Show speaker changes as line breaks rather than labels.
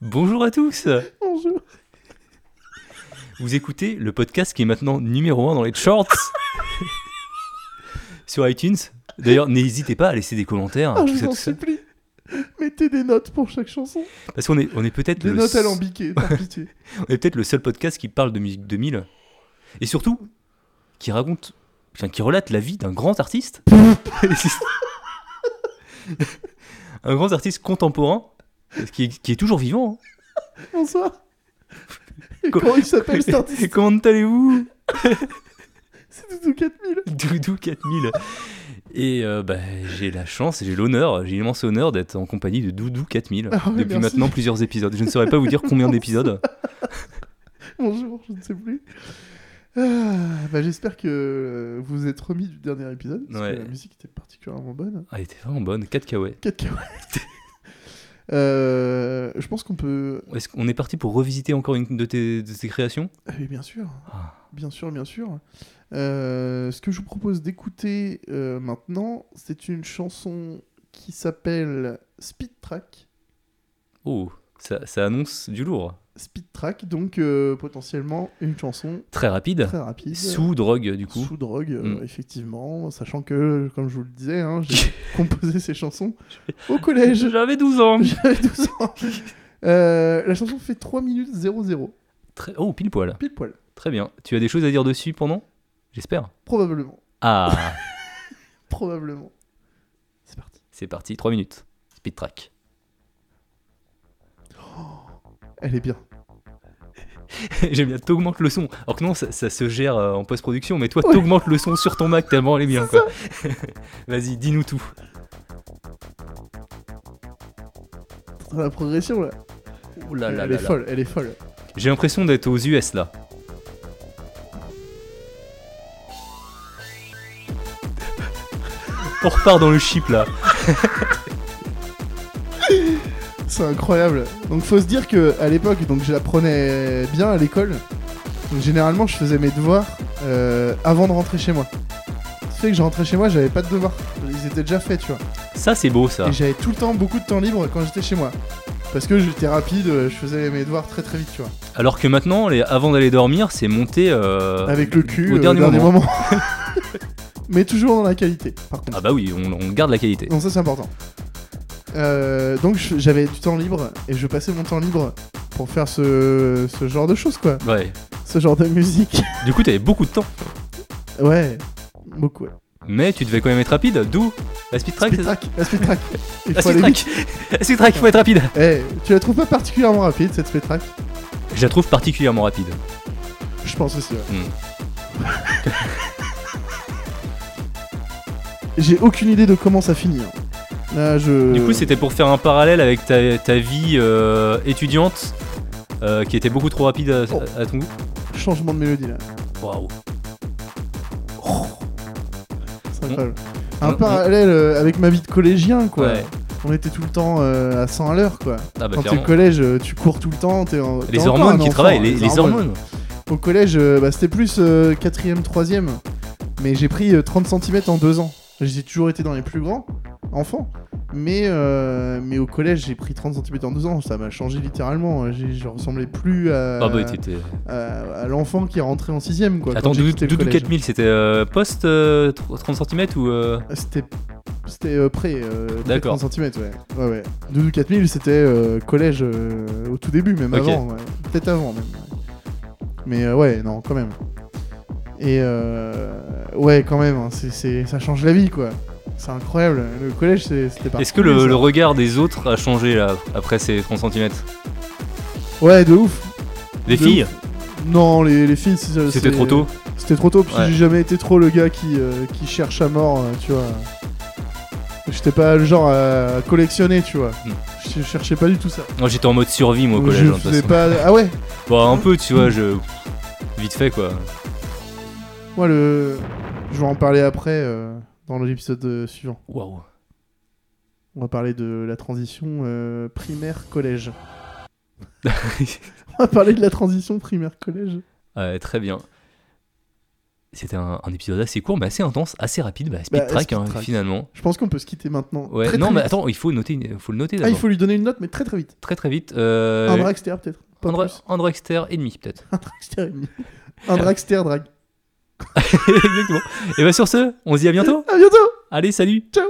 Bonjour à tous
Bonjour.
Vous écoutez le podcast qui est maintenant numéro 1 dans les charts sur iTunes. D'ailleurs, n'hésitez pas à laisser des commentaires,
Ah,
tout
je
ça,
vous en
tout ça.
supplie. Mettez des notes pour chaque chanson.
Parce qu'on est, on est peut-être
Des
le,
notes
s-
alambiquées, par pitié.
on est peut-être le seul podcast qui parle de musique 2000. Et surtout, qui raconte, enfin, qui relate la vie d'un grand artiste. un grand artiste contemporain, parce qu'il est- qui est toujours vivant. hein.
Bonsoir. Et
Co-
comment il s'appelle cet artiste
Comment allez-vous
C'est Doudou 4000.
Doudou 4000. Et euh, bah, j'ai la chance, j'ai l'honneur, j'ai l'immense honneur d'être en compagnie de Doudou 4000
Ah oui,
depuis
merci.
maintenant plusieurs épisodes. Je ne saurais pas vous dire combien d'épisodes.
Bonjour, je ne sais plus. Ah, bah, J'espère que euh, vous vous êtes remis du dernier épisode. Parce
Ouais.
que la musique était particulièrement bonne.
Ah, elle était vraiment bonne, 4 kW.
4 cacahuètes. Euh, je pense qu'on peut.
Est-ce qu'on est parti pour revisiter encore une de tes, de tes créations
Ah oui, bien sûr.
Ah.
Bien sûr, bien sûr. Euh, ce que je vous propose d'écouter euh, maintenant, c'est une chanson qui s'appelle Speed Track.
Oh, ça, ça annonce du lourd.
Speed Track, donc euh, potentiellement une chanson
Très rapide.
très rapide.
Sous drogue, du coup.
Sous drogue, euh,
Mm.
effectivement, sachant que, comme je vous le disais, hein, j'ai composé ces chansons au collège,
J'avais 12 ans.
j'avais 12 ans. Euh, la chanson fait 3 minutes 00,
Très- Oh, pile poil.
pile poil,
Très bien. Tu as des choses à dire dessus pendant J'espère.
probablement,
Ah,
probablement. C'est parti.
c'est parti, 3 minutes. Speed track.
Elle est bien.
J'aime bien, t'augmentes le son. Alors que non, ça, ça se gère euh, en post-production, mais toi,
Ouais.
t'augmentes le son sur ton Mac tellement elle est bien, quoi. Vas-y, dis-nous tout.
T'entends La progression là,
Oh là là
elle
là
est
là.
folle, elle est folle.
J'ai l'impression d'être aux US là. On repart dans le chip là.
C'est incroyable. Donc faut se dire que à l'époque, donc j'apprenais bien à l'école. Donc généralement, je faisais mes devoirs euh, avant de rentrer chez moi. Ce fait que je rentrais chez moi, j'avais pas de devoirs. Ils étaient déjà faits, tu vois.
Ça, c'est beau ça.
Et j'avais tout le temps beaucoup de temps libre quand j'étais chez moi. Parce que j'étais rapide, euh, je faisais mes devoirs très très vite, tu vois.
Alors que maintenant, les... avant d'aller dormir, c'est monter. euh,
Avec le cul,
au
euh,
dernier moment.
moment. Mais toujours dans la qualité, par contre.
Ah bah oui, on, on garde la qualité.
Non, ça c'est important. Euh, donc je- j'avais du temps libre et je passais mon temps libre pour faire ce, ce genre de choses quoi,
Ouais.
ce genre de musique.
Du coup, t'avais beaucoup de temps.
Ouais, beaucoup. Ouais.
Mais tu devais quand même être rapide, d'où la speed track,
Speed
c'est ça
track, la speed track. Il
La
faut
speed
aller vite.
Ah, track La speed track, faut être rapide
Eh, tu la trouves pas particulièrement rapide cette speed track
Je la trouve particulièrement rapide.
Je pense aussi. ouais. J'ai aucune idée de comment ça finit. hein. Là, je.
Du coup, c'était pour faire un parallèle avec ta, ta vie euh, étudiante euh, qui était beaucoup trop rapide à,
Oh.
à ton goût.
changement de mélodie là.
Waouh.
C'est
On-
incroyable. Un
on-
parallèle euh, avec ma vie de collégien quoi.
Mm. Ouais.
On était tout le temps euh, à 100 à l'heure quoi.
Ah bah
Quand t'es au
clairement.
collège, euh, tu cours tout le temps, t'es en- t'es
Les
encore un
hormones qui
enfant,
travaillent,
hein,
les, les hormones.
Au collège, euh, bah, c'était plus 4ème, 3ème, mais j'ai pris euh, 30 cm en 2 ans. J'ai toujours été dans les plus grands, enfants, mais, euh, mais au collège, j'ai pris 30 cm en 2 ans, ça m'a changé littéralement. J'ai- Je ressemblais plus à,
Ah bah t'étais.
à- à l'enfant qui est rentré en 6ème. Quoi,
Attends,
quand j'ai
Doudou
quitté Euh, le
Doudou
collège.
4000, c'était euh, post euh, tr- 30 cm ou. euh,
C'était. C'était euh, près, euh, près de
D'accord.
30 cm, ouais. Ouais, ouais. Doudou 4000, c'était euh, collège euh, au tout début, même
Ok.
avant. ouais. Peut-être avant, même. Mais euh, ouais, non, quand même. Et euh, ouais, quand même, hein, c'est- c'est- ça change la vie, quoi. C'est incroyable. Le collège, c'est- c'était pas.
Est-ce que le, le regard des autres a changé là après ces 30 cm
Ouais, de ouf.
Des
De
filles
ouf. Non, les, les filles, c'est- c'est-
C'était trop tôt
C'était trop tôt, parce que
Ouais.
j'ai jamais été trop le gars qui, euh, qui cherche à mort, euh, tu vois. J'étais pas le genre à collectionner, tu vois.
Hmm.
Je cherchais pas du tout ça.
Moi j'étais en mode survie moi au collège.
je
hein, de toute
faisais
façon.
pas. Ah ouais
Bon, un peu, tu vois, je. Vite fait quoi.
Moi, le. Je vais en parler après euh, dans l'épisode euh, suivant.
Waouh.
On va parler de la transition euh, primaire-collège. On va parler de la transition primaire-collège.
Ouais, très bien. C'était un, un épisode assez court, mais assez intense, assez rapide, bah, speed
Bah,
track,
speed
hein,
track.
finalement.
Je pense qu'on peut se quitter maintenant.
Ouais,
Très,
non,
très
mais
vite.
attends, il faut, noter, une- faut le noter
Ah,
d'abord.
il faut lui donner une note, mais très très vite.
Très très vite. Euh,
Un dragster peut-être. Pas
Andra-
plus.
Andraxter et demi peut-être.
Un dragster et demi. Un dragster drag.
Exactement. Et bah sur ce, on se dit à bientôt.
À bientôt.
Allez, salut
Ciao.